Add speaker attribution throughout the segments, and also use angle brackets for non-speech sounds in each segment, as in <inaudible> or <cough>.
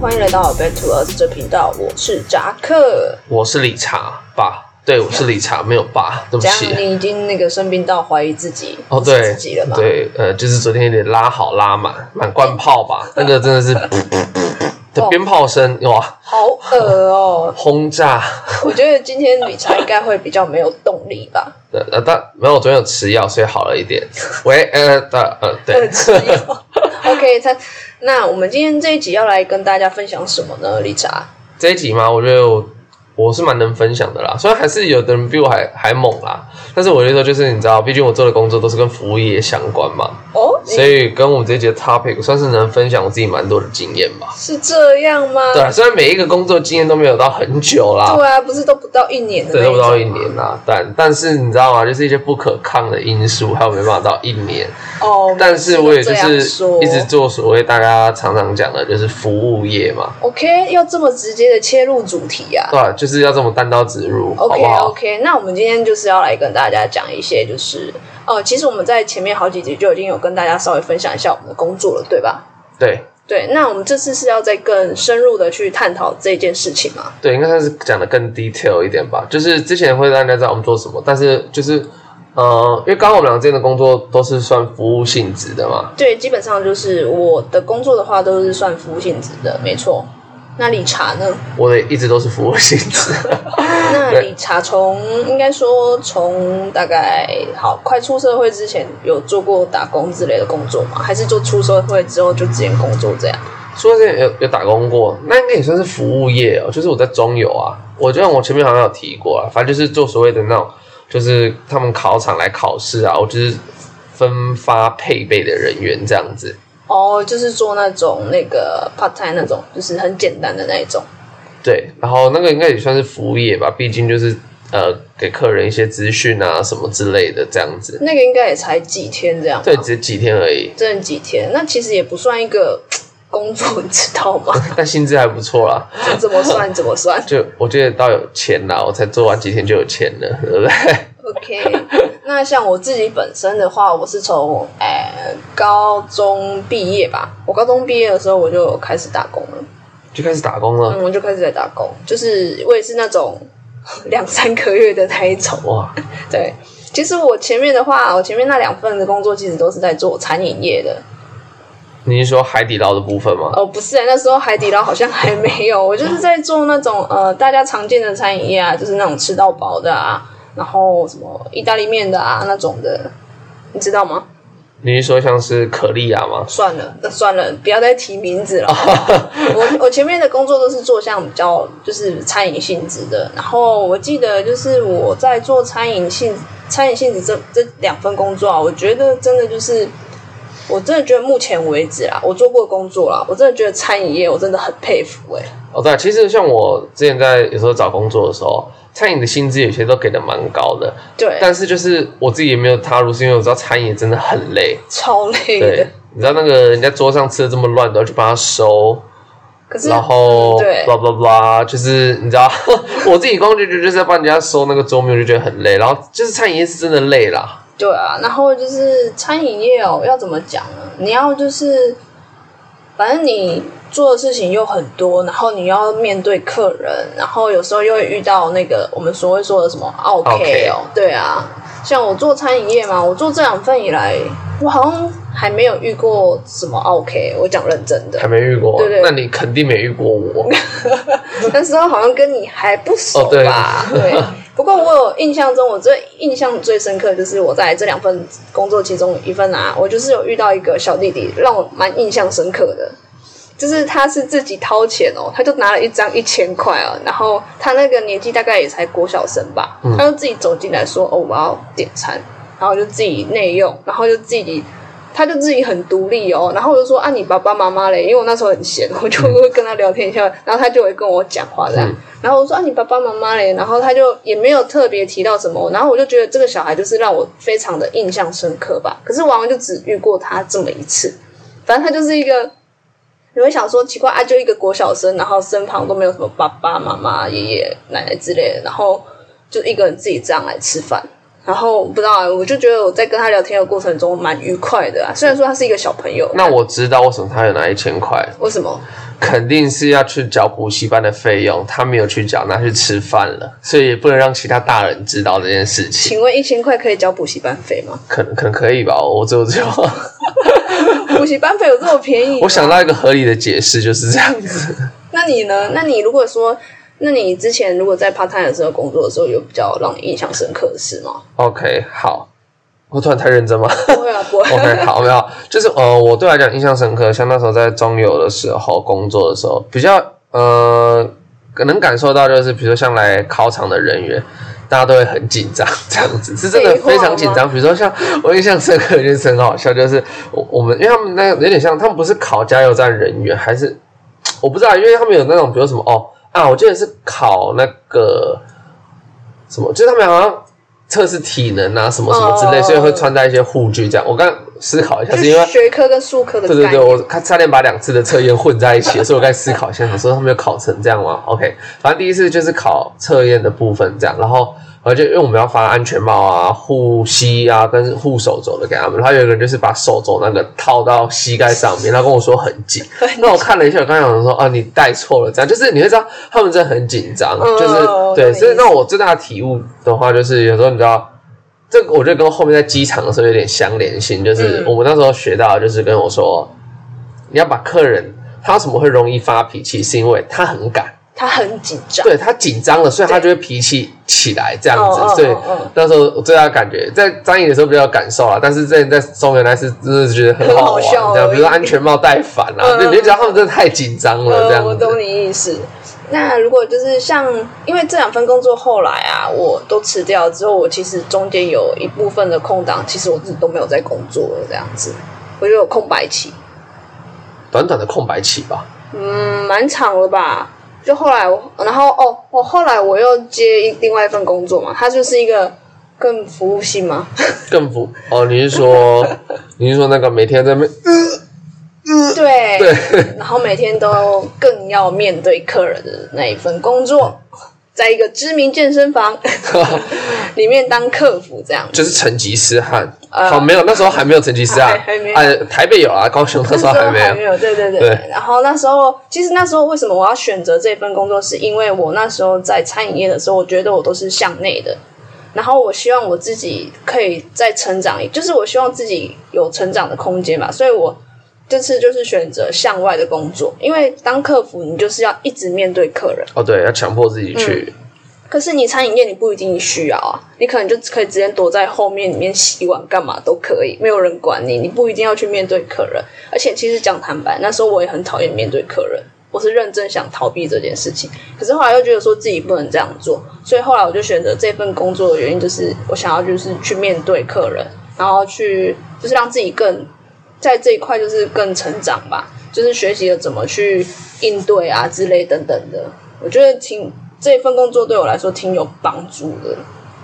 Speaker 1: 欢迎来到 Back to Us 这频道，我是扎克。
Speaker 2: 我是理查爸，对，我是理查，没有爸，对不
Speaker 1: 啊这样
Speaker 2: 起。
Speaker 1: 你已经那个生病到怀疑自己
Speaker 2: 哦，
Speaker 1: 不是
Speaker 2: 对
Speaker 1: 自己了吧？，
Speaker 2: 对，呃，就是昨天有点拉好拉满，满灌
Speaker 1: <laughs>
Speaker 2: 炮吧，那个真的是的鞭炮声哇，
Speaker 1: 好恶哦、 <laughs>
Speaker 2: 轰炸。
Speaker 1: 我觉得今天理查应该会比较没有动力吧？
Speaker 2: 呃，呃但没有，我昨天有吃药，所以好了
Speaker 1: <laughs>
Speaker 2: 一点。喂，呃，呃，呃，对
Speaker 1: 很，奇妙哦 <laughs> OK，他那我们今天这一集要来跟大家分享什么呢？理查，
Speaker 2: 这一集嘛，我觉得我我是蛮能分享的啦，虽然还是有的人比我还还猛啦，但是我觉得就是你知道，毕竟我做的工作都是跟服务业相关嘛，
Speaker 1: 哦，你
Speaker 2: 所以跟我们这一集的 topic 算是能分享我自己蛮多的经验吧。
Speaker 1: 是这样吗？
Speaker 2: <laughs> 对啊，虽然每一个工作经验都没有到很久啦，
Speaker 1: 对啊，不是都不到一年的那
Speaker 2: 对，都不到
Speaker 1: 种
Speaker 2: 一
Speaker 1: 吗
Speaker 2: 年啦，但但是你知道吗？就是一些不可抗的因素，还有没办法到一
Speaker 1: <laughs>
Speaker 2: 年。
Speaker 1: 哦，
Speaker 2: 但是我也就
Speaker 1: 每次都这
Speaker 2: 是
Speaker 1: 样说
Speaker 2: 一直做所谓大家常常讲的，就是服务业嘛，
Speaker 1: OK，要这么直接的切入主题呀、
Speaker 2: 对、啊，就是要这么单刀直入，好
Speaker 1: OK 哦
Speaker 2: 不好？
Speaker 1: OK，那我们今天就是要来跟大家讲一些，就是呃，其实我们在前面好几集就已经有跟大家稍微分享一下我们的工作了，对吧？
Speaker 2: 对
Speaker 1: 对，那我们这次是要再更深入的去探讨这件事情嘛？
Speaker 2: 对，应该算是讲的更 detail 一点吧。就是之前会让大家知道我们做什么，但是就是呃，因为刚好我们俩之间的工作都是算服务性质的嘛，
Speaker 1: 对，基本上就是我的工作的话都是算服务性质的，没错。那理查呢？
Speaker 2: 我的一直都是服务性质。
Speaker 1: 那
Speaker 2: 对
Speaker 1: 理查从应该说从大概好快出社会之前有做过打工之类的工作吗？还是就出社会之后就直接工作这样？
Speaker 2: 说这有有打工过，那应该也算是服务业哦。就是我在中油啊，我就像我前面好像有提过啊，反正就是做所谓的那种，就是他们考场来考试啊，我就是分发配备的人员这样子。
Speaker 1: 哦，就是做那种那个 part time 那种，就是很简单的那一种。
Speaker 2: 对，然后那个应该也算是服务业吧，毕竟就是呃给客人一些资讯啊什么之类的这样子。
Speaker 1: 那个应该也才几天这样吧，
Speaker 2: 对，只几天而已，
Speaker 1: 真的几天。那其实也不算一个工作，你知道吗？ <laughs>
Speaker 2: 但薪资还不错啦。
Speaker 1: 怎么算？怎么算
Speaker 2: 就我记得到有钱啦，我才做完几天就有钱了，对不对？
Speaker 1: ？OK。那像我自己本身的话，我是从呃高中毕业吧，我高中毕业的时候我就开始打工了，
Speaker 2: 就开始打工了，
Speaker 1: 嗯，我就开始在打工，就是我也是那种两三个月的那一种。
Speaker 2: 哇！
Speaker 1: 对，其实我前面的话，我前面那两份的工作其实都是在做餐饮业的。
Speaker 2: 你是说海底捞的部分吗？
Speaker 1: 哦，不是、那时候海底捞好像还没有， <laughs> 我就是在做那种呃大家常见的餐饮业啊，就是那种吃到饱的啊，然后什么意大利面的啊那种的，你知道吗？
Speaker 2: 你是说像是可丽亚
Speaker 1: <laughs>
Speaker 2: 吗？
Speaker 1: 算了，那算了，不要再提名字了。我我前面的工作都是做像比较就是餐饮性质的，然后我记得就是我在做餐饮性餐饮性质这这两份工作啊，我觉得真的就是我真的觉得目前为止啊啦，我做过的工作啦，我真的觉得餐饮业我真的很佩服哎、
Speaker 2: 哦，对啊，其实像我之前在有时候找工作的时候，餐饮的薪资有些都给的蛮高的，
Speaker 1: 对，
Speaker 2: 但是就是我自己也没有踏入，是因为我知道餐饮真的很累。
Speaker 1: 超累
Speaker 2: 对
Speaker 1: 的。，
Speaker 2: 你知道那个人家桌上吃的这么乱，都要去帮他收，
Speaker 1: 可是
Speaker 2: 然后
Speaker 1: 嗯对
Speaker 2: blah blah blah，就是你知道， <laughs> 我自己光就觉得就是要帮人家收那个桌面，我就觉得很累。然后就是餐饮业是真的累啦，
Speaker 1: 对啊，然后就是餐饮业哦，要怎么讲呢？你要就是，反正你做的事情又很多，然后你要面对客人，然后有时候又会遇到那个我们所谓说的什么 OK 哦，对啊，像我做餐饮业嘛，我做这两份以来，我好像还没有遇过什么 OK，我讲认真的
Speaker 2: 还，没遇过。
Speaker 1: 对对
Speaker 2: 那你肯定没遇过我。
Speaker 1: <laughs> 那时候好像跟你还不熟
Speaker 2: 哦对
Speaker 1: 吧？对。不过我有印象中，我最印象最深刻的就是我在这两份工作其中一份啊，我就是有遇到一个小弟弟，让我蛮印象深刻的。就是他是自己掏钱哦，他就拿了一张一千块哦，然后他那个年纪大概也才国小生吧，
Speaker 2: 嗯
Speaker 1: 他就自己走进来说：“哦，我要点餐。”然后就自己内用，然后就自己他就自己很独立哦，然后我就说啊，你爸爸妈妈嘞？因为我那时候很闲， <laughs> 我就会跟他聊天一下，然后他就会跟我讲话这样。然后我说啊，你爸爸妈妈嘞？然后他就也没有特别提到什么，然后我就觉得这个小孩就是让我非常的印象深刻吧。可是往往就只遇过他这么一次，反正他就是一个，你会想说奇怪啊，就一个国小生，然后身旁都没有什么爸爸妈妈、爷爷奶奶之类的，然后就一个人自己这样来吃饭。然后不知道啊，我就觉得我在跟他聊天的过程中蛮愉快的啊。虽然说他是一个小朋友，
Speaker 2: 那我知道为什么他有拿一千块，
Speaker 1: 为什么？
Speaker 2: 肯定是要去缴补习班的费用，他没有去缴，拿去吃饭了，所以也不能让其他大人知道这件事情。
Speaker 1: 请问一千块可以交补习班费吗？
Speaker 2: 可能可能可以吧，我只有这样。
Speaker 1: 补习班费有这么便宜吗？
Speaker 2: 我想到一个合理的解释，就是这样子。
Speaker 1: 那你呢？那你如果说，那你之前如果在 part time 的时候工作的时候，有比较让你印象深刻的事吗？
Speaker 2: OK，好，我突然太认真吗？
Speaker 1: 不会啊，不会。
Speaker 2: <laughs> OK，好，没有，就是呃，我对我来讲印象深刻，像那时候在中游的时候工作的时候，比较呃，能感受到就是，比如说像来考场的人员，大家都会很紧张，这样子是真的
Speaker 1: 废话
Speaker 2: 非常紧张。比如说像我印象深刻，就是很好笑，就是我我们因为他们那有点像，他们不是考加油站人员，还是我不知道，因为他们有那种比如什么哦啊，我记得是考那个什么，就是他们好像。测试体能啊，什么什么之类
Speaker 1: 哦
Speaker 2: 所以会穿戴一些护具这样。我刚刚思考一下，
Speaker 1: 就是
Speaker 2: 因为
Speaker 1: 是学科跟术科的概
Speaker 2: 对对
Speaker 1: 念。
Speaker 2: 对，我看差点把两次的测验混在一
Speaker 1: <laughs>
Speaker 2: 起，所以我该思考一下，想说他们有考成这样吗？OK，反正第一次就是考测验的部分这样，然后而且因为我们要发安全帽啊、护膝啊跟护手肘的给他们，然后有一个人就是把手肘那个套到膝盖上面，他跟我说很
Speaker 1: <laughs>
Speaker 2: 紧，那我看了一下，我刚才想说啊，你带错了，这样就是你会知道他们真的很紧张，
Speaker 1: 嗯
Speaker 2: 就是
Speaker 1: 哦我懂
Speaker 2: 对，
Speaker 1: 你
Speaker 2: 所以
Speaker 1: 意思
Speaker 2: 让我最大的体悟的话，就是有时候你知道。这个我觉得跟后面在机场的时候有点相连性，就是
Speaker 1: 嗯
Speaker 2: 我们那时候学到，就是跟我说，你要把客人他为什么会容易发脾气，是因为他很赶，
Speaker 1: 他很紧张。
Speaker 2: 对他紧张了，所以他就
Speaker 1: 对
Speaker 2: 会脾气起来这样
Speaker 1: 哦
Speaker 2: 子。
Speaker 1: 哦
Speaker 2: 所以
Speaker 1: 哦哦
Speaker 2: 那时候我最大的感觉，在张颖的时候比较有感受啦，啊但是在在松原来是真的觉得很
Speaker 1: 很
Speaker 2: 好玩，
Speaker 1: 好笑
Speaker 2: 这样，比如说
Speaker 1: 而已
Speaker 2: 安全帽戴反啦、
Speaker 1: 嗯
Speaker 2: 就你就觉得他们真的太紧张了，这
Speaker 1: 呃，
Speaker 2: 样
Speaker 1: 我
Speaker 2: 子。
Speaker 1: 懂你意思。那如果就是像，因为这两份工作后来啊，我都辞掉之后，我其实中间有一部分的空档，其实我自己都没有在工作了，这样子，我就有空白期，
Speaker 2: 短短的空白期吧，
Speaker 1: 嗯，蛮长了吧。就后来我，然后哦，我后来我又接一另外一份工作嘛，它就是一个更服务性
Speaker 2: <laughs>
Speaker 1: 嘛，
Speaker 2: 更不哦，你是
Speaker 1: <laughs>
Speaker 2: 说你是说那个每天在那边
Speaker 1: 对，
Speaker 2: 对
Speaker 1: 然后每天都更要面对客人的那一份工作，在一个知名健身房里面当客服这样子。
Speaker 2: 就是成吉思汗？
Speaker 1: 呃
Speaker 2: 哦，没有，那时候还没有成吉思汗
Speaker 1: 还还没，有
Speaker 2: 哎，台北有啊，高雄那时候还没有。
Speaker 1: 对对对。
Speaker 2: 对
Speaker 1: 然后那时候，其实那时候为什么我要选择这份工作，是因为我那时候在餐饮业的时候，我觉得我都是向内的，然后我希望我自己可以再成长，就是我希望自己有成长的空间吧，所以我。这次就是选择向外的工作，因为当客服你就是要一直面对客人，
Speaker 2: 哦，对，要强迫自己去。
Speaker 1: 嗯可是你餐饮业你不一定需要啊，你可能就可以直接躲在后面里面洗碗干嘛都可以，没有人管你，你不一定要去面对客人。而且其实讲坦白，那时候我也很讨厌面对客人，我是认真想逃避这件事情。可是后来又觉得说自己不能这样做，所以后来我就选择这份工作的原因就是我想要就是去面对客人，然后去就是让自己更在这一块就是更成长吧，就是学习了怎么去应对啊之类等等的。我觉得挺这份工作对我来说挺有帮助的。 <laughs>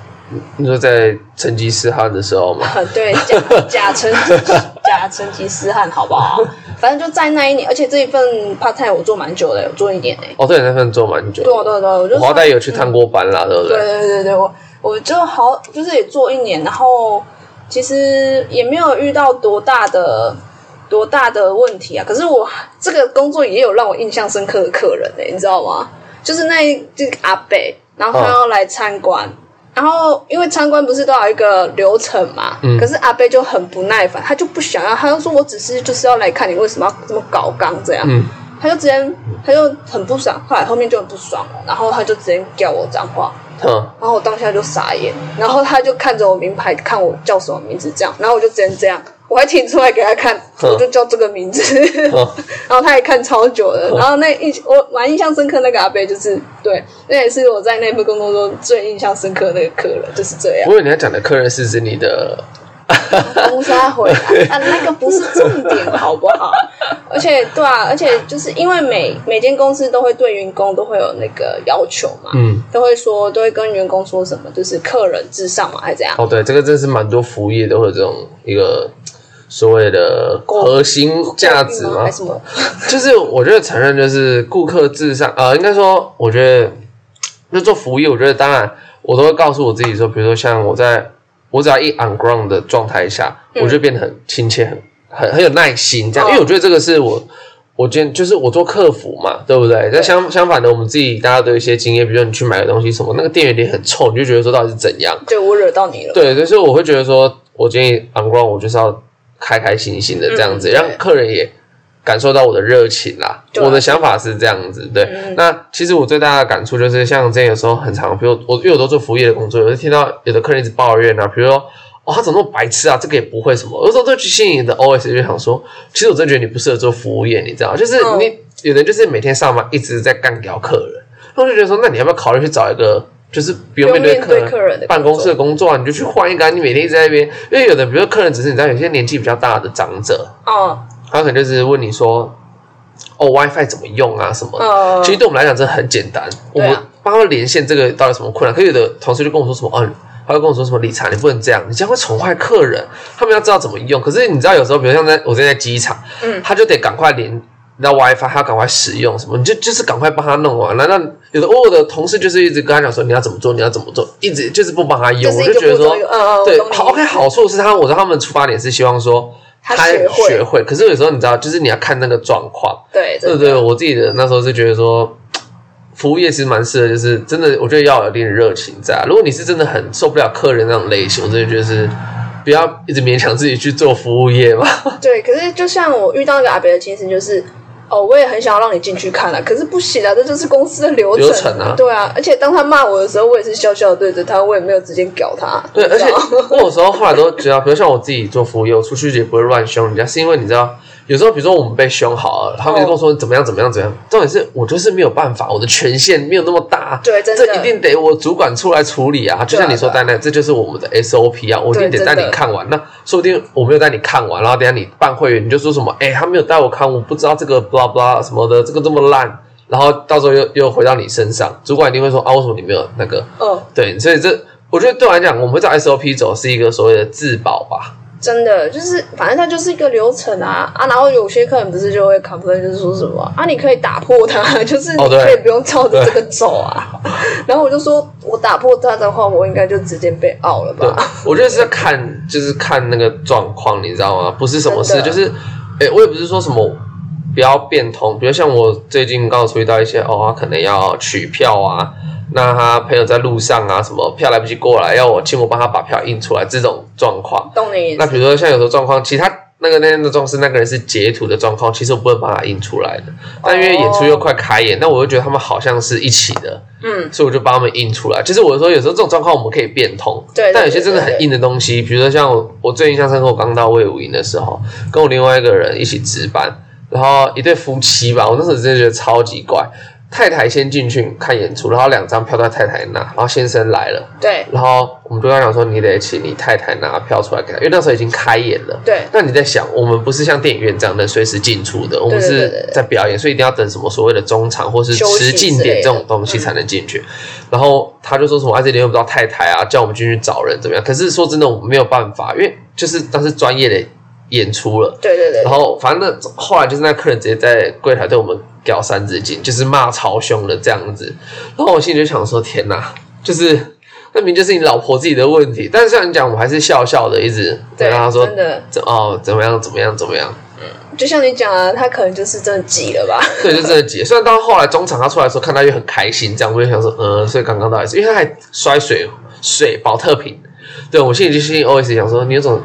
Speaker 2: 你说在成吉思汗的时候嘛，
Speaker 1: 对，假假
Speaker 2: <laughs>
Speaker 1: 成吉假成吉思汗，好不好？反正就在那一年，而且这一份 part time 我做蛮久的，我做一年诶、
Speaker 2: 哦，对，那份做蛮久的。
Speaker 1: 对啊对啊对啊，我就
Speaker 2: 我好歹有去探过班啦，对不
Speaker 1: 对
Speaker 2: 对？
Speaker 1: 对对对，我我就好就是也做一年，然后其实也没有遇到多大的多大的问题啊。可是我这个工作也有让我印象深刻的客人呢、你知道吗？就是那一这个阿北，然后他要来参观。然后，因为参观不是都有一个流程嘛，可是阿贝就很不耐烦，他就不想要，他就说：“我只是就是要来看你为什么要这么搞刚这样。
Speaker 2: 嗯
Speaker 1: 他就直接，他就很不爽，后来后面就很不爽了，然后他就直接叫我脏话，
Speaker 2: 哼，
Speaker 1: 然后我当下就傻眼，然后他就看着我名牌，看我叫什么名字这样，然后我就直接这样，我还挺出来给他看，
Speaker 2: 嗯
Speaker 1: 我就叫这个名字，
Speaker 2: 哼，
Speaker 1: <laughs> 然后他也看超久了，然后那印我蛮印象深刻那个阿贝就是对，那也是我在那份工作中最印象深刻的那个客人，就是这样
Speaker 2: <laughs> 我。以为你要讲的客人是指你的，
Speaker 1: 公司他回来啊，那个不是重点，好不好？而且对啊，而且就是因为每每间公司都会对员工都会有那个要求嘛，
Speaker 2: 嗯，
Speaker 1: 都会说都会跟员工说什么，就是客人至上嘛，还是怎样？
Speaker 2: 哦，对，这个真是蛮多服务业都会有这种一个所谓的核心价值
Speaker 1: 吗？
Speaker 2: 嘛
Speaker 1: 还，是什么？
Speaker 2: 就是我觉得承认就是顾客至上，呃，应该说，我觉得就做服务业，我觉得当然我都会告诉我自己说，比如说像我在我只要一 on ground 的状态下，我就变得很亲切，很很很有耐心这样，
Speaker 1: 哦
Speaker 2: 因为我觉得这个是我。我今天就是我做客服嘛，对不对？但相相反的，我们自己大家都有一些经验，比如说你去买个东西什么，那个店员脸很臭，你就觉得说到底是怎样？
Speaker 1: 对我惹到你了，
Speaker 2: 对，就是我会觉得说，我建议 on ground 我就是要开开心心的这样
Speaker 1: 嗯
Speaker 2: 子，
Speaker 1: 对
Speaker 2: 让客人也感受到我的热情啦。
Speaker 1: 对啊
Speaker 2: 我的想法是这样子，对。
Speaker 1: 嗯
Speaker 2: 那其实我最大的感触就是，像之前有时候很常，比如我因为我都做服务业的工作，有时听到有的客人一直抱怨啊，比如说。哦，他怎么那么白痴啊？这个也不会什么。有时候这去心里的 OS 就想说，其实我真的觉得你不适合做服务业，你知道吗？就是
Speaker 1: 嗯
Speaker 2: 你、有人就是每天上班一直在干掉客人，那我就觉得说，那你要不要考虑去找一个就是不用
Speaker 1: 不用
Speaker 2: 面对
Speaker 1: 面
Speaker 2: 客
Speaker 1: 对
Speaker 2: 人
Speaker 1: 客人的
Speaker 2: 办公室
Speaker 1: 作
Speaker 2: 的工作啊，你就去换一个、啊。你每天一直在那边，因为有的，比如说客人只是你知道，有些年纪比较大的长者，
Speaker 1: 哦，
Speaker 2: 他可能就是问你说，哦，WiFi 怎么用啊什么的。
Speaker 1: 呃，
Speaker 2: 其实对我们来讲，真的很简单。我
Speaker 1: 对啊
Speaker 2: 们帮他连线这个到底有什么困难？可是有的同事就跟我说什么，哦，他会跟我说什么理查，你不能这样，你这样会宠坏客人。他们要知道怎么用。可是你知道，有时候比如像在我现在在机场，
Speaker 1: 嗯
Speaker 2: 他就得赶快连到 WiFi，他要赶快使用什么，你就就是赶快帮他弄完。那那有的我的同事就是一直跟他讲说你要怎么做，你要怎么做，一直就是不帮他用，
Speaker 1: 就是
Speaker 2: 我
Speaker 1: 一个
Speaker 2: 就觉得
Speaker 1: 步骤
Speaker 2: 说
Speaker 1: 一个，嗯嗯，
Speaker 2: 对
Speaker 1: 我懂你
Speaker 2: 好 OK 好处是他，我知道他们的出发点是希望说。
Speaker 1: 他
Speaker 2: 学
Speaker 1: 学会
Speaker 2: 会，可是有时候你知道，就是你要看那个状况。
Speaker 1: 对真
Speaker 2: 对
Speaker 1: 的
Speaker 2: 对，我自己的那时候是觉得说，服务业其实蛮适合，就是真的，我觉得要有一定的热情在啊。如果你是真的很受不了客人那种类型，我真的觉得是不要一直勉强自己去做服务业吧。
Speaker 1: 对，可是就像我遇到一个阿伯的精神，就是哦，我也很想要让你进去看啊，可是不行啊，这就是公司的流程
Speaker 2: 流程啊
Speaker 1: 对啊，而且当他骂我的时候，我也是笑笑地对着他，我也没有直接屌他。
Speaker 2: <laughs> 对，
Speaker 1: 你
Speaker 2: 而
Speaker 1: 知
Speaker 2: 且
Speaker 1: 道 <laughs>
Speaker 2: 我有时候后来都觉得，比如像我自己做服务业，我出去也不会乱凶人家，是因为你知道，有时候比如说我们被凶好了，他们就跟
Speaker 1: 哦
Speaker 2: 我说怎么样怎么样怎么样，重点是我就是没有办法，我的权限没有那么大，
Speaker 1: 对真的
Speaker 2: 这一定得我主管出来处理啊。就像你说
Speaker 1: 对
Speaker 2: 丹
Speaker 1: 啊
Speaker 2: 丹，这就是我们的 SOP 啊，我一定得
Speaker 1: 对
Speaker 2: 带
Speaker 1: 真
Speaker 2: 你
Speaker 1: 的
Speaker 2: 看完。那说不定我没有带你看完，然后等一下你办会员，你就说什么，哎，他没有带我看，我不知道这个 blah blah 什么的，这个这么烂。然后到时候又又回到你身上，主管一定会说啊，为什么你没有那个？
Speaker 1: 嗯，
Speaker 2: 对，所以这我觉得对我来讲，我们会照 SOP 走是一个所谓的自保吧。
Speaker 1: 真的就是，反正它就是一个流程啊啊，然后有些客人不是就会 complain，就是说什么啊，你可以打破它， <laughs> 就是
Speaker 2: 哦
Speaker 1: 你
Speaker 2: 对
Speaker 1: 可以不用照着这个走啊。然后我就说，我打破它的话，我应该就直接被 out 了
Speaker 2: 对
Speaker 1: 吧？，
Speaker 2: 我觉得是要看就是看那个状况，你知道吗？不是什么事，
Speaker 1: 真的
Speaker 2: 就是诶、我也不是说什么不要变通，比如像我最近刚好注意到一些哦，他可能要取票啊。那他朋友在路上啊，什么票来不及过来，要我请我帮他把票印出来，这种状况，
Speaker 1: 懂你意
Speaker 2: 那
Speaker 1: 思？
Speaker 2: 比如说像有时候状况，其他那个那样的状况是那个人是截图的状况，其实我不会把它印出来的。但因为
Speaker 1: 哦
Speaker 2: 演出又快开演，那我又觉得他们好像是一起的，
Speaker 1: 嗯，
Speaker 2: 所以我就帮他们印出来。就是我说有时候这种状况我们可以变通，
Speaker 1: 对对
Speaker 2: 但有些真的很硬的东西，比如说像我我最印象深刻，我刚到魏武营的时候，跟我另外一个人一起值班，然后一对夫妻吧，我那时候真的觉得超级怪。太太先进去看演出，然后两张票都在太太那，然后先生来了，
Speaker 1: 对
Speaker 2: 然后我们就跟他讲说，你得请你太太拿票出来给他，因为那时候已经开演了。
Speaker 1: 对
Speaker 2: 那你在想，我们不是像电影院这样能随时进出的，我们
Speaker 1: 对对对
Speaker 2: 是在表演，所以一定要等什么所谓的中场或是
Speaker 1: 休息
Speaker 2: 迟进
Speaker 1: 之类
Speaker 2: 点
Speaker 1: 的
Speaker 2: 这种东西才能进去。然后他就说什么啊，这里又不到太太啊，叫我们进去找人怎么样？可是说真的，我们没有办法，因为就是当时专业的演出了。
Speaker 1: 对对对
Speaker 2: 然，后反正那后来就是那客人直接在柜台对我们屌三字经，就是骂超凶的这样子。然后我心里就想说：天哪，就是那明明就是你老婆自己的问题。但是像你讲，我还是笑笑的，一直
Speaker 1: 对，
Speaker 2: 跟他说
Speaker 1: 真的，
Speaker 2: 怎哦怎么样怎么样怎么样。
Speaker 1: 就像你讲啊，他可能就是真的急了吧？ <laughs>
Speaker 2: <laughs> 对，就真的解。虽然到后来中场他出来的时候，看他又很开心，这样我就想说，嗯，所以刚刚到底是因为他还摔水水保特瓶，对我心里就心里 always 想说，你有种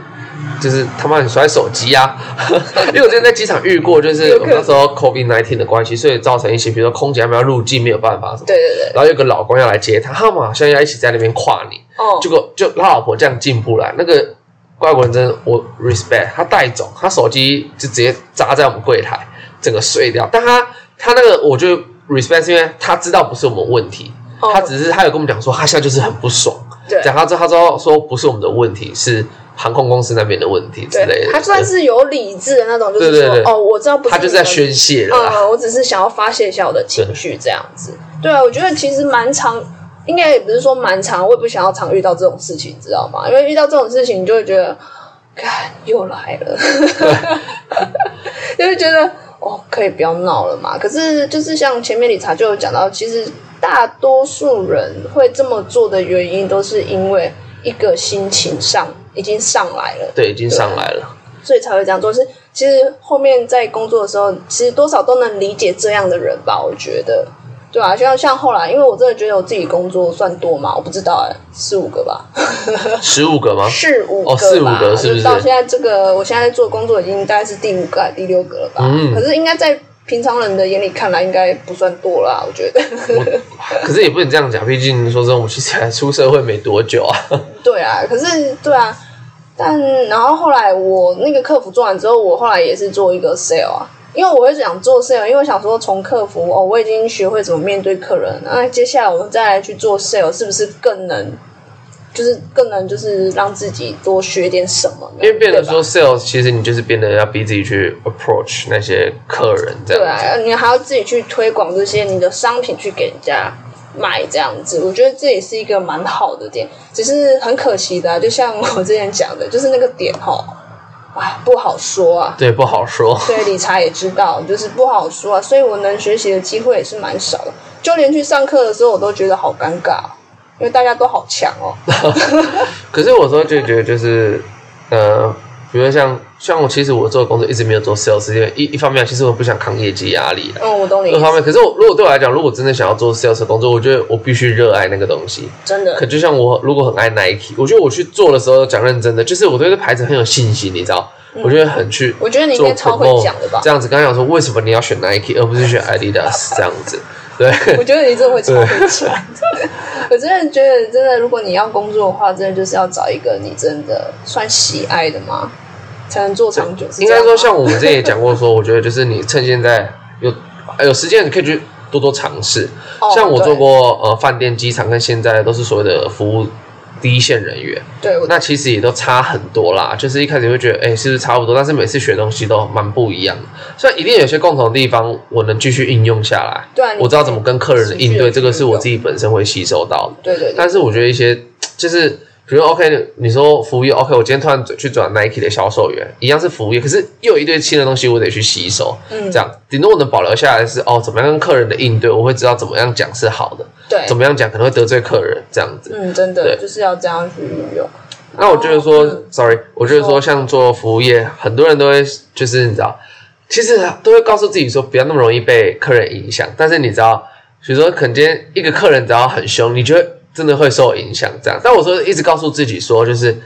Speaker 2: 就是他妈你摔手机啊！ <laughs> 因为我之前在机场遇过，就是
Speaker 1: 有
Speaker 2: 我
Speaker 1: 可
Speaker 2: 们
Speaker 1: 能
Speaker 2: 那时候 COVID nineteen 的关系，所以造成一些，比如说空姐他们要入境没有办法什么，
Speaker 1: 对对对，
Speaker 2: 然后有个老公要来接他，他们好像要一起在那边跨年，
Speaker 1: 哦，
Speaker 2: 结果就他老婆这样进不来，那个外国人真的我 respect，他带走，他手机就直接砸在我们柜台，整个碎掉。但他他那个我就 respect，是因为他知道不是我们问题，
Speaker 1: 哦
Speaker 2: 他只是他有跟我们讲说他现在就是很不爽，
Speaker 1: 对
Speaker 2: 讲他之后他说说不是我们的问题，是航空公司那边的问题之类
Speaker 1: 对，
Speaker 2: 的。
Speaker 1: 他算是有理智的那种，就是说
Speaker 2: 对对对
Speaker 1: 哦，我知道不
Speaker 2: 对
Speaker 1: 是
Speaker 2: 他就是在
Speaker 1: 你们
Speaker 2: 宣泄了啦。
Speaker 1: 嗯，我只是想要发泄一下我的情绪这样子。对啊，我觉得其实蛮常，应该也不是说蛮常，我也不想要常遇到这种事情，知道吗？因为遇到这种事情，你就会觉得，看又来了， <laughs> 就会觉得哦，可以不要闹了嘛。可是就是像前面理查就有讲到，其实大多数人会这么做的原因，都是因为一个心情上已经上来了。
Speaker 2: 对，已经上来了。
Speaker 1: 所以才会这样做。是其实后面在工作的时候，其实多少都能理解这样的人吧，我觉得，对啊，像像后来，因为我真的觉得我自己工作算多嘛，我不知道哎、四五个吧，
Speaker 2: 十五个吗？
Speaker 1: 是五个吧，
Speaker 2: 哦四五个是不是
Speaker 1: 就到现在这个，我现在做工作已经大概是第五个、第六个了吧？
Speaker 2: 嗯
Speaker 1: 可是应该在平常人的眼里看来，应该不算多啦，我觉得。 <laughs>
Speaker 2: 可是也不能这样讲，毕竟说真的，我其实才出社会没多久啊。
Speaker 1: 对啊，可是对啊，但然后后来我那个客服做完之后，我后来也是做一个 sale 啊，因为我会想做 sale，因为我想说从客服哦，我已经学会怎么面对客人，那接下来我们再来去做 sale，是不是更能就是更能就是让自己多学点什么呢？
Speaker 2: 因为变得
Speaker 1: 对吧
Speaker 2: 说 sales，其实你就是变得要逼自己去 approach 那些客人这
Speaker 1: 对
Speaker 2: 样子。
Speaker 1: 啊，你还要自己去推广这些你的商品去给人家买这样子，我觉得这也是一个蛮好的点，只是很可惜的、啊，就像我之前讲的，就是那个点吼，哎，不好说啊。
Speaker 2: 对，不好说。 <laughs>
Speaker 1: 对理查也知道，就是不好说啊，所以我能学习的机会也是蛮少的，就连去上课的时候，我都觉得好尴尬哦，因为大家都好强哦。
Speaker 2: 可是我说就觉得就是，呃，比如像像我，其实我做的工作一直没有做 sales，因为一一方面啊其实我不想扛业绩压力啊。
Speaker 1: 嗯，我懂你
Speaker 2: 二
Speaker 1: 意
Speaker 2: 方
Speaker 1: 思，
Speaker 2: 面，可是我如果对我来讲，如果真的想要做 sales 的工作，我觉得我必须热爱那个东西。
Speaker 1: 真的
Speaker 2: 可，就像我如果很爱 Nike，我觉得我去做的时候讲认真的，就是我对这牌子很有信心，你知道，我觉得很去
Speaker 1: 嗯我觉得你应
Speaker 2: 做
Speaker 1: 该超会
Speaker 2: promote
Speaker 1: 讲的吧
Speaker 2: 这？样子，刚刚讲说为什么你要选 Nike 而不
Speaker 1: <laughs>
Speaker 2: 是选 Adidas 这样子，对。
Speaker 1: 我觉得你真的会超会讲的。 <laughs> 我真的觉得，真的，如果你要工作的话，真的就是要找一个你真的算喜爱的嘛，才能做长久。是
Speaker 2: 应
Speaker 1: 这
Speaker 2: 该
Speaker 1: 样吗
Speaker 2: 说，像我们之前也讲过说，我觉得就是你趁现在有有时间，你可以去多多尝试。
Speaker 1: 哦
Speaker 2: 像我做过呃饭店、机场跟现在都是所谓的服务第一线人员，
Speaker 1: 对，对我
Speaker 2: 那其实也都差很多啦。就是一开始会觉得，哎、是不是差不多？但是每次学东西都蛮不一样的。虽然一定有些共同的地方，我能继续应用下来，
Speaker 1: 对啊，你
Speaker 2: 我知道怎么跟客人的应
Speaker 1: 持续地
Speaker 2: 对，
Speaker 1: 去
Speaker 2: 这个是我
Speaker 1: 用
Speaker 2: 自己本身会吸收到的。
Speaker 1: 对对对，
Speaker 2: 但是我觉得一些就是，比如说 OK，你说服务业 OK，我今天突然去转 Nike 的销售员，一样是服务业，可是又有一堆新的东西我得去吸收，
Speaker 1: 嗯
Speaker 2: 这样顶多我能保留下来的是哦，怎么样跟客人的应对，我会知道怎么样讲是好的，
Speaker 1: 对
Speaker 2: 怎，么样讲可能会得罪客人这样子。
Speaker 1: 嗯，真的
Speaker 2: 对
Speaker 1: 就是要这样去运用。
Speaker 2: 那我觉得说、
Speaker 1: 嗯
Speaker 2: s o r r y 我觉得说像做服务业，很多人都会就是你知道，其实都会告诉自己说不要那么容易被客人影响，但是你知道，比如说可能今天一个客人只要很凶，你就会真的会受影响这样。但我说一直告诉自己说就是。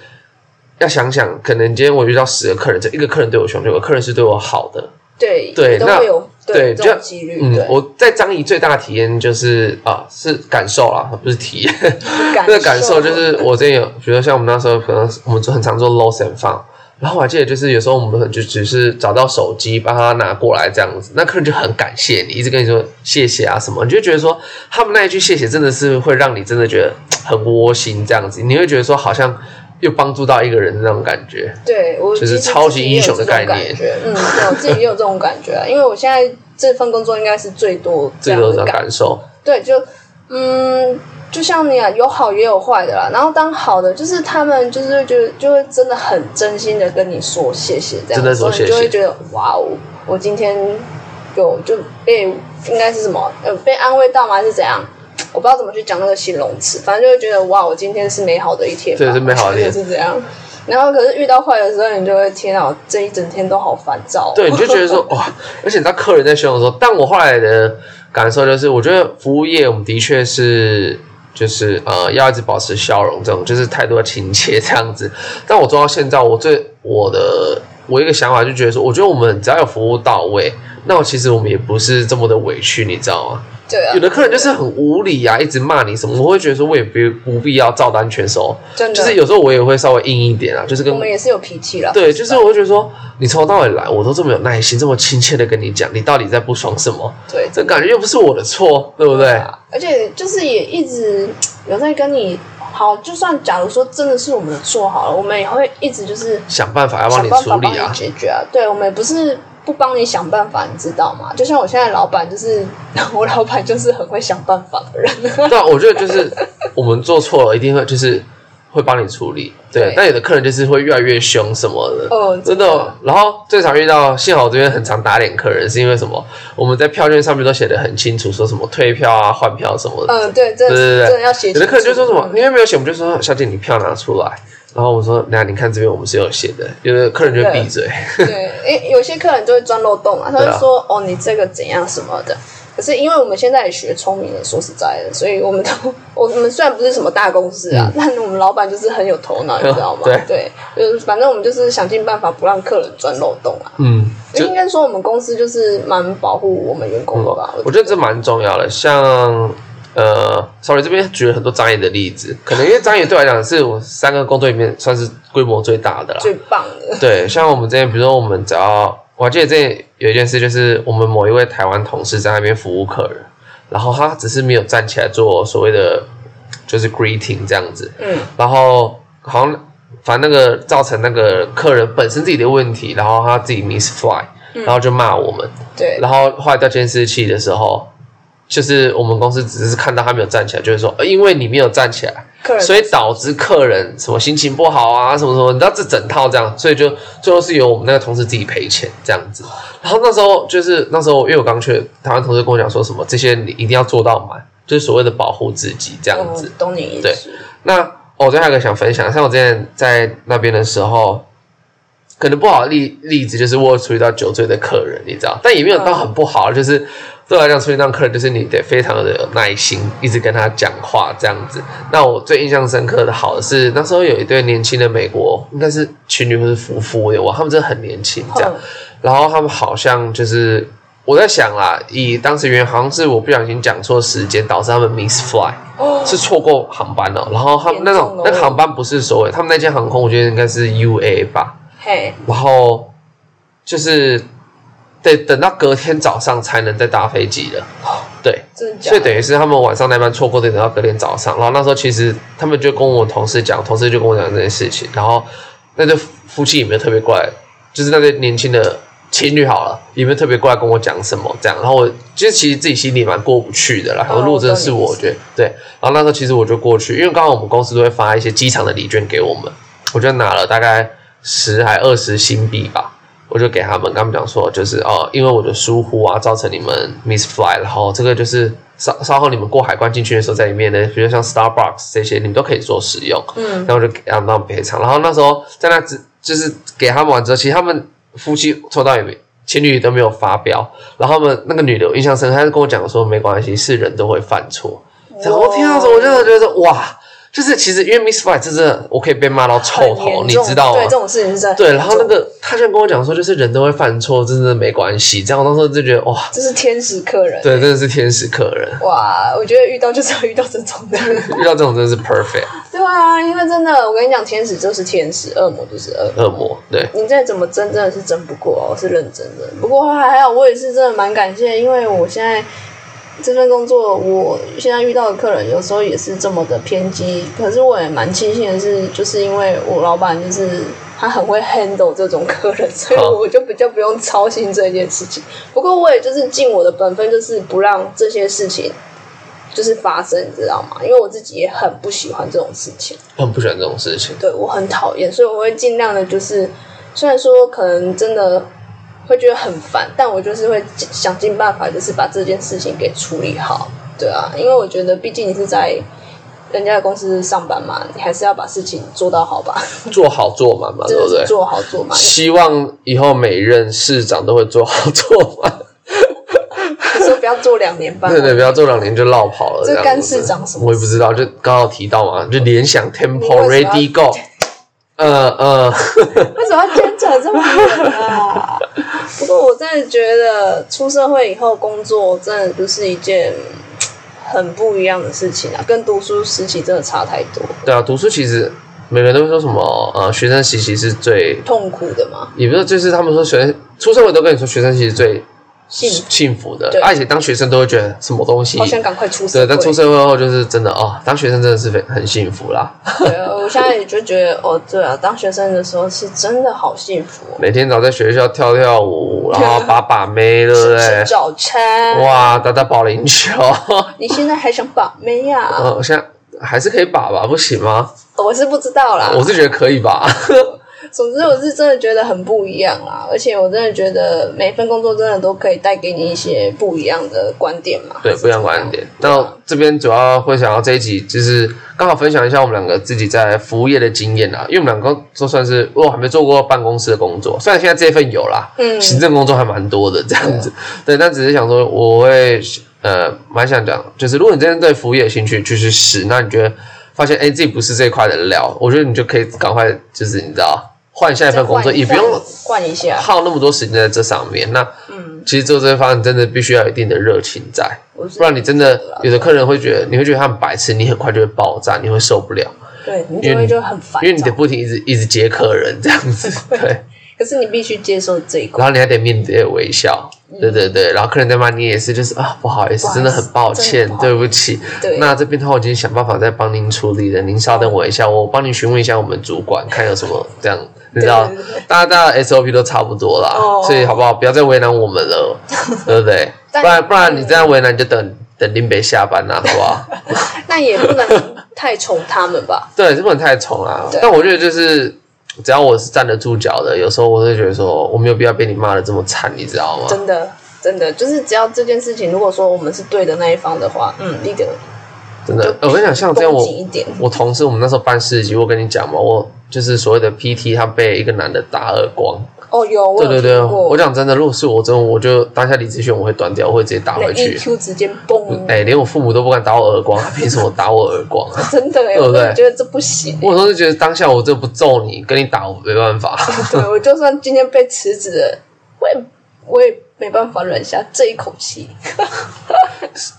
Speaker 2: 要想想，可能今天我遇到十个客人，这一个客人对我凶，有个客人是对我好的。
Speaker 1: 对
Speaker 2: 对
Speaker 1: 都
Speaker 2: 那
Speaker 1: 会有
Speaker 2: 对
Speaker 1: 这
Speaker 2: 就
Speaker 1: 种几率，
Speaker 2: 嗯
Speaker 1: 对，，
Speaker 2: 我在张仪最大的体验就是啊，是感受啦，不是体验。
Speaker 1: 感
Speaker 2: 那个感受就是，我之前有，比如说像我们那时候，可能我们很常做 lost and found，然后我还记得就是有时候我们就只是找到手机，把它拿过来这样子，那客人就很感谢你，一直跟你说谢谢啊什么，你就觉得说他们那一句谢谢真的是会让你真的觉得很窝心这样子，你会觉得说好像又帮助到一个人的那种感觉。
Speaker 1: 对我
Speaker 2: 就是
Speaker 1: 其实
Speaker 2: 超级
Speaker 1: 自己也
Speaker 2: 英
Speaker 1: 有
Speaker 2: 雄的
Speaker 1: 这种
Speaker 2: 概
Speaker 1: 感
Speaker 2: 念
Speaker 1: 觉，嗯，对我自己也有这种感觉啊，因为我现在这份工作应该是最多这
Speaker 2: 这
Speaker 1: 样
Speaker 2: 个
Speaker 1: 的
Speaker 2: 种
Speaker 1: 感
Speaker 2: 感受，
Speaker 1: 对，就嗯，就像你啊，有好也有坏的啦。然后当好的，就是他们就是会觉得，就会真的很真心的跟你说谢谢，这样
Speaker 2: 真的
Speaker 1: 子，所
Speaker 2: 说
Speaker 1: 以你
Speaker 2: 谢
Speaker 1: 就会
Speaker 2: 谢
Speaker 1: 觉得哇哦，我今天有就被应该是什么呃被安慰到吗？还是怎样？我不知道怎么去讲那个形容词，反正就会觉得哇，我今天是美好的一天吧，
Speaker 2: 对是美好的一
Speaker 1: <laughs>
Speaker 2: 天
Speaker 1: 就是这样。然后可是遇到坏的时候，你就会天啊，我这一整天都好烦躁、哦。
Speaker 2: 对，你就觉
Speaker 1: <laughs>
Speaker 2: 得说哇，而且你知道客人在凶的时候，但我后来的感受就是，我觉得服务业我们的确是就是呃要一直保持笑容，这种就是态度要亲切这样子。但我做到现在，我最我的我一个想法就觉得说，我觉得我们只要有服务到位，那我其实我们也不是这么的委屈，你知道吗？
Speaker 1: 对啊，
Speaker 2: 有的客人就是很无理啊，一直骂你什么，我会觉得说我也不不必要照单全收，
Speaker 1: 真的，
Speaker 2: 就是有时候我也会稍微硬一点啊，就是跟
Speaker 1: 我们也是有脾气了。
Speaker 2: 对，就是我会觉得说，你从头到尾来，我都这么有耐心，这么亲切的跟你讲，你到底在不爽什么？
Speaker 1: 对，
Speaker 2: 这感觉又不是我的错，对不对？
Speaker 1: 啊而且就是也一直有在跟你好，就算假如说真的是我们的错好了，我们也会一直就是
Speaker 2: 想办法要帮
Speaker 1: 想
Speaker 2: 你
Speaker 1: 办
Speaker 2: 处
Speaker 1: 法帮
Speaker 2: 理
Speaker 1: 你
Speaker 2: 啊，
Speaker 1: 解决啊。对，我们也不是不帮你想办法，你知道吗？就像我现在老板，就是 <laughs> 我老板就是很会想办法的人。
Speaker 2: 对啊，我觉得就是我们做错了，一定会就是会帮你处理。对，
Speaker 1: 对
Speaker 2: 但有的客人就是会越来越凶什么的。
Speaker 1: 哦
Speaker 2: 真的哦。然后最常遇到，幸好我这边很常打脸客人，是因为什么？我们在票券上面都写的很清楚，说什么退票啊、换票什么的。
Speaker 1: 嗯，对，真的
Speaker 2: 对对
Speaker 1: 是
Speaker 2: 对
Speaker 1: 真的要写。
Speaker 2: 有的客人就说什么，你为没有写，我们就说小姐你票拿出来，然后我说：“那你看这边我们是有写的，就是客人就会闭嘴。 <laughs>
Speaker 1: 对，诶，有些客人就会钻漏洞啊，他
Speaker 2: 对
Speaker 1: 就
Speaker 2: 啊
Speaker 1: 说、哦，你这个怎样什么的。可是因为我们现在也学聪明了，说实在的，所以我们都 <laughs> 我们虽然不是什么大公司啊，但我们老板就是很有头脑，你知道吗？
Speaker 2: 嗯 <laughs> 对
Speaker 1: 就是反正我们就是想尽办法不让客人钻漏洞啊。
Speaker 2: 嗯，就
Speaker 1: 应该说我们公司就是蛮保护我们员工的吧？
Speaker 2: 我觉得这蛮重要的。像呃，sorry，这边举了很多张野的例子，可能因为张野对我来讲是我三个工作里面算是规模最大的啦。
Speaker 1: 最棒的，
Speaker 2: 对，像我们之前，比如说我们只要，我还记得之前有一件事，就是我们某一位台湾同事在那边服务客人，然后他只是没有站起来做所谓的就是 greeting 这样子，
Speaker 1: 嗯，
Speaker 2: 然后好像反正那个造成那个客人本身自己的问题，然后他自己 miss fly，然后就骂我们，
Speaker 1: 对，
Speaker 2: 然后后来调监视器的时候。就是我们公司只是看到他没有站起来，就是说，呃因为你没有站起来，
Speaker 1: 客人
Speaker 2: 所以导致客人什么心情不好啊，什么什么，你知道这整套这样，所以就最后是由我们那个同事自己赔钱这样子。然后那时候就是那时候，因为我刚去台湾同事跟我讲说什么，这些你一定要做到满，就是所谓的保护自己这样子
Speaker 1: 嗯。懂你意
Speaker 2: 对
Speaker 1: 思，
Speaker 2: 那哦我最后还有一个想分享，像我之前在那边的时候，可能不好的例例子就是我有处理到酒醉的客人，你知道，但也没有到很不好，啊就是对我来讲处理到客人就是你得非常的有耐心，一直跟他讲话这样子。那我最印象深刻的好的是那时候有一对年轻的美国，应该是情侣或是夫妇，我也忘了，他们真的很年轻这样
Speaker 1: 嗯。
Speaker 2: 然后他们好像就是我在想啦，以当时原因好像是我不小心讲错时间，导致他们 miss fly，、是
Speaker 1: 哦
Speaker 2: 错过航班了。然后他们那
Speaker 1: 严
Speaker 2: 种
Speaker 1: 重哦
Speaker 2: 那个航班不是所谓他们那间航空，我觉得应该是 UA 吧。
Speaker 1: 嘿，
Speaker 2: 然后就是得等到隔天早上才能再搭飞机了。对，
Speaker 1: 真的假
Speaker 2: 所以
Speaker 1: 的？
Speaker 2: 等于是他们晚上那班错过，得等到隔天早上。然后那时候其实他们就跟我同事讲，同事就跟我讲这件事情。然后那对夫妻也没有特别过来，就是那对年轻的情侣好了，也没有特别过来跟我讲什么这样。然后我其实其实自己心里蛮过不去的啦。然后如果真的是我，我觉得哦对。然后那时候其实我就过去，因为刚好我们公司都会发一些机场的礼券给我们，我就拿了大概十还二十新币吧。我就给他们，跟他们讲说，就是哦，因为我的疏忽啊，造成你们 miss fly，然后这个就是稍稍后你们过海关进去的时候，在里面呢，比如像 Starbucks 这些，你们都可以做使用。
Speaker 1: 嗯，
Speaker 2: 然后我就给他们当赔偿。然后那时候在那只就是给他们完之后，其实他们夫妻抽到也没情侣都没有发飙。然后他们那个女的，我印象深刻，她就跟我讲说，没关系，是人都会犯错。然后我听到时候，我真的觉得哇，就是其实因为 miss fly 这真的，我可以被骂到臭
Speaker 1: 很
Speaker 2: 头，
Speaker 1: 严
Speaker 2: 你
Speaker 1: 重
Speaker 2: 知道吗
Speaker 1: 对，这？种事情是真的
Speaker 2: 对，
Speaker 1: 很
Speaker 2: 然后那
Speaker 1: 严重
Speaker 2: 个他居然跟我讲说，就是人都会犯错，真的没关系。这样我当时就觉得哇，
Speaker 1: 这是天使客人，
Speaker 2: 对，真的是天使客人，
Speaker 1: 哇，我觉得遇到就是要遇到这种的。
Speaker 2: 遇到这种真的是 perfect
Speaker 1: 对啊，因为真的，我跟你讲，天使就是天使，恶魔就是恶魔。
Speaker 2: 恶魔。对，
Speaker 1: 你再怎么争，真的是争不过哦，是认真的。不过还好，我也是真的蛮感谢，因为我现在这份工作，我现在遇到的客人有时候也是这么的偏激。可是我也蛮庆幸的是，就是因为我老板就是他很会 handle 这种客人，所以
Speaker 2: 好
Speaker 1: 我就比较不用操心这件事情。不过我也就是尽我的本分，就是不让这些事情就是发生，你知道吗？因为我自己也很不喜欢这种事情。
Speaker 2: 很不喜欢这种事情。
Speaker 1: 对我很讨厌，所以我会尽量的，就是虽然说可能真的会觉得很烦，但我就是会尽想尽办法，就是把这件事情给处理好。对啊，因为我觉得毕竟你是在人家的公司上班嘛，你还是要把事情做到好吧，
Speaker 2: 做好做满嘛，
Speaker 1: 真
Speaker 2: 对
Speaker 1: 的
Speaker 2: 不
Speaker 1: 是
Speaker 2: 对？
Speaker 1: 做好做满。
Speaker 2: 希望以后每任市长都会做好做满， <laughs>
Speaker 1: 你说不要做两年半，
Speaker 2: 对对，不要做两年就落跑了。
Speaker 1: 这
Speaker 2: 样
Speaker 1: 干
Speaker 2: 子
Speaker 1: 市长什么
Speaker 2: 我也不知道，就刚好提到嘛，就联想
Speaker 1: 你为
Speaker 2: Temple
Speaker 1: 什么要
Speaker 2: Ready Go，呃呃，
Speaker 1: 为什么要牵扯这么远啊？
Speaker 2: <laughs>
Speaker 1: 不过我真的觉得出社会以后工作真的就是一件很不一样的事情啊，跟读书时期真的差太多，
Speaker 2: 对啊，读书其实每个人都会说什么呃，学生时期是最，
Speaker 1: 痛苦的嘛。
Speaker 2: 也不是就是他们说学生出社会都跟你说学生其实最
Speaker 1: 幸福
Speaker 2: 幸福的
Speaker 1: 对，
Speaker 2: 而且当学生都会觉得什么东西
Speaker 1: 好。想赶快出社
Speaker 2: 对，
Speaker 1: 会。
Speaker 2: 但出社会后就是真的哦，当学生真的是非很幸福啦，
Speaker 1: 对啊我现在也就觉得，哦，对啊，当学生的时候是真的好幸福、哦，
Speaker 2: 每天早在学校跳跳舞，然
Speaker 1: <laughs>
Speaker 2: 后把把妹，对不
Speaker 1: 吃
Speaker 2: 对？
Speaker 1: 早餐。
Speaker 2: 哇，打打保龄球， <laughs>
Speaker 1: 你现在还想把妹啊呀、
Speaker 2: 呃，我现在还是可以把吧，不行吗？
Speaker 1: 我是不知道啦。
Speaker 2: 我是觉得可以吧，
Speaker 1: 总之，我是真的觉得很不一样啦，而且我真的觉得每份工作真的都可以带给你一些不一样的观点嘛。
Speaker 2: 对，不一样观点。那这边主要会想要这一集，就是刚好分享一下我们两个自己在服务业的经验啦。啊因为我们两个都算是，我还没做过办公室的工作，虽然现在这份有啦，
Speaker 1: 嗯
Speaker 2: 行政工作还蛮多的这样子。对，啊但只是想说，我会呃，蛮想讲，就是如果你真的对服务业有兴趣，就去试。那你觉得发现，哎、自己不是这一块的料，我觉得你就可以赶快，就是你知道，换下一份工作，也不用
Speaker 1: 换一下，
Speaker 2: 耗那么多时间在这上面。那
Speaker 1: 嗯，
Speaker 2: 其实做这些方案真的必须要有一定的热情在，
Speaker 1: 我是
Speaker 2: 不然你真的有的客人会觉得你会觉得他很白痴，你很快就会爆炸，你会受不了，
Speaker 1: 对你就会就很烦躁，
Speaker 2: 因为你得不停一直一直接客人这样
Speaker 1: <laughs>
Speaker 2: 子，对，
Speaker 1: 可是你必须接受这一块
Speaker 2: <laughs> 然，后你还得面对微笑，对对对，然后客人在骂你也是就是啊不好意
Speaker 1: 嗯不
Speaker 2: 思，
Speaker 1: 好意思
Speaker 2: 真的很抱
Speaker 1: 真
Speaker 2: 歉
Speaker 1: 的不，好
Speaker 2: 对不起。
Speaker 1: 对，
Speaker 2: 那这边的话，我已经想办法再帮您处理了，您稍等我一下，我帮您询问一下我们主管，看有什么这样，你知道
Speaker 1: 对对对对，
Speaker 2: 大家大家的 SOP 都差不多啦，
Speaker 1: 哦
Speaker 2: 所以好不好，不要再为难我们了，对不对？
Speaker 1: <laughs> 但
Speaker 2: 不然不然你这样为难，你就等等林北下班啦，好
Speaker 1: <laughs>
Speaker 2: 不好？
Speaker 1: 那也不能太宠他们吧。
Speaker 2: 对，这不能太宠啦
Speaker 1: 对。
Speaker 2: 但我觉得就是，只要我是站得住脚的，有时候我会觉得说，我没有必要被你骂的这么惨，你知道吗？
Speaker 1: 真的，真的，就是只要这件事情，如果说我们是对的那一方的话，嗯，一点
Speaker 2: 真的，呃我跟你讲，像这样
Speaker 1: 绷
Speaker 2: 我
Speaker 1: 紧一点，
Speaker 2: 我同事，我们那时候办市集，我跟你讲嘛，我就是所谓的 PT，他被一个男的打耳光。
Speaker 1: 哦，有，我
Speaker 2: 对
Speaker 1: 有
Speaker 2: 对对，
Speaker 1: 听过
Speaker 2: 我讲真的，如果是我真的，我就当下理智选我会断掉，我会直接打
Speaker 1: 那
Speaker 2: 回去。
Speaker 1: EQ 直接崩，
Speaker 2: 哎、连我父母都不敢打我耳光， <laughs> 他凭什么打我耳光啊？
Speaker 1: <laughs> 真的哎，
Speaker 2: 对
Speaker 1: 我真
Speaker 2: 不对
Speaker 1: 的觉得这不行欸。
Speaker 2: 我有时候就觉得当下我这不揍你，跟你打我没办法。
Speaker 1: <laughs>
Speaker 2: <laughs>
Speaker 1: 对我就算今天被辞职了，我也我也没办法忍下这一口气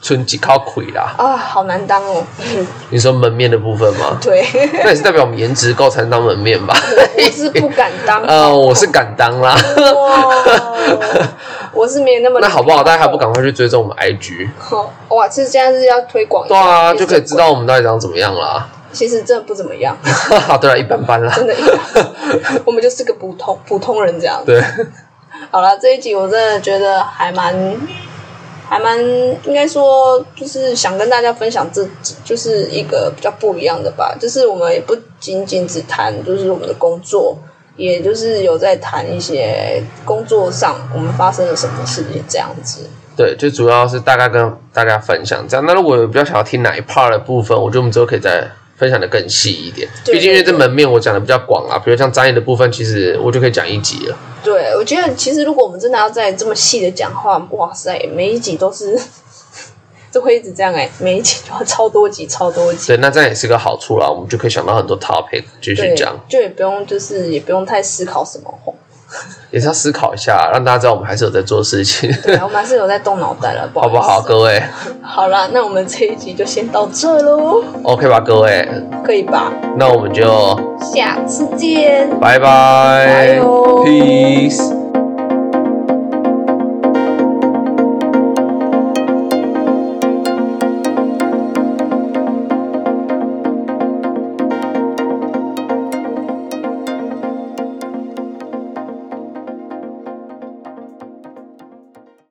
Speaker 2: 存几靠亏啦。
Speaker 1: 啊，好难当哦。
Speaker 2: 你说门面的部分
Speaker 1: <laughs>
Speaker 2: 吗？ <laughs>
Speaker 1: 对，
Speaker 2: 那也是代表我们颜值够才能当门面吧？ <laughs>
Speaker 1: 我是不敢当。
Speaker 2: 呃，我是敢当啦。 <laughs>
Speaker 1: 哇，我是没有那么
Speaker 2: 那好不好？大家还不赶快去追踪我们 IG？
Speaker 1: 好哇！其实现在是要推广一下，
Speaker 2: 对
Speaker 1: 也
Speaker 2: 啊，就是可以知道我们到底长怎么样啦。
Speaker 1: 其实真的不怎么样，
Speaker 2: <laughs> 对啊，一般般啦。
Speaker 1: 真的，我们就是个普通普通人这样。
Speaker 2: 对，
Speaker 1: 好了，这一集我真的觉得还蛮，还蛮应该说就是想跟大家分享这，就是一个比较不一样的吧。就是我们也不仅仅只谈就是我们的工作，也就是有在谈一些工作上我们发生了什么事情这样子。
Speaker 2: 对，就主要是大概跟大家分享这样。那如果有比较想要听哪一 part 的部分，我觉得我们之后可以再分享的更细一点。
Speaker 1: 对
Speaker 2: 毕竟因为这门面我讲的比较广啊，比如像专业的部分，其实我就可以讲一集了。
Speaker 1: 对，我觉得其实如果我们真的要再这么细的讲话，哇塞，每一集都是 <laughs> 都会一直这样哎、每一集都要超多集，超多集。
Speaker 2: 对，那这样也是个好处啦，我们就可以想到很多 topic 继续
Speaker 1: 对
Speaker 2: 讲，，
Speaker 1: 就也不用就是也不用太思考什么。
Speaker 2: 也是要思考一下，让大家知道我们还是有在做事情，
Speaker 1: 对我们还是有在动脑袋了，不好
Speaker 2: <laughs> 好
Speaker 1: 意
Speaker 2: 不
Speaker 1: 思
Speaker 2: 好，？各位
Speaker 1: 好啦，那我们这一集就先到这喽，
Speaker 2: ？OK 吧，各位，
Speaker 1: 可以吧？
Speaker 2: 那我们就
Speaker 1: 下次见。
Speaker 2: 拜拜
Speaker 1: 拜哟
Speaker 2: ，peace。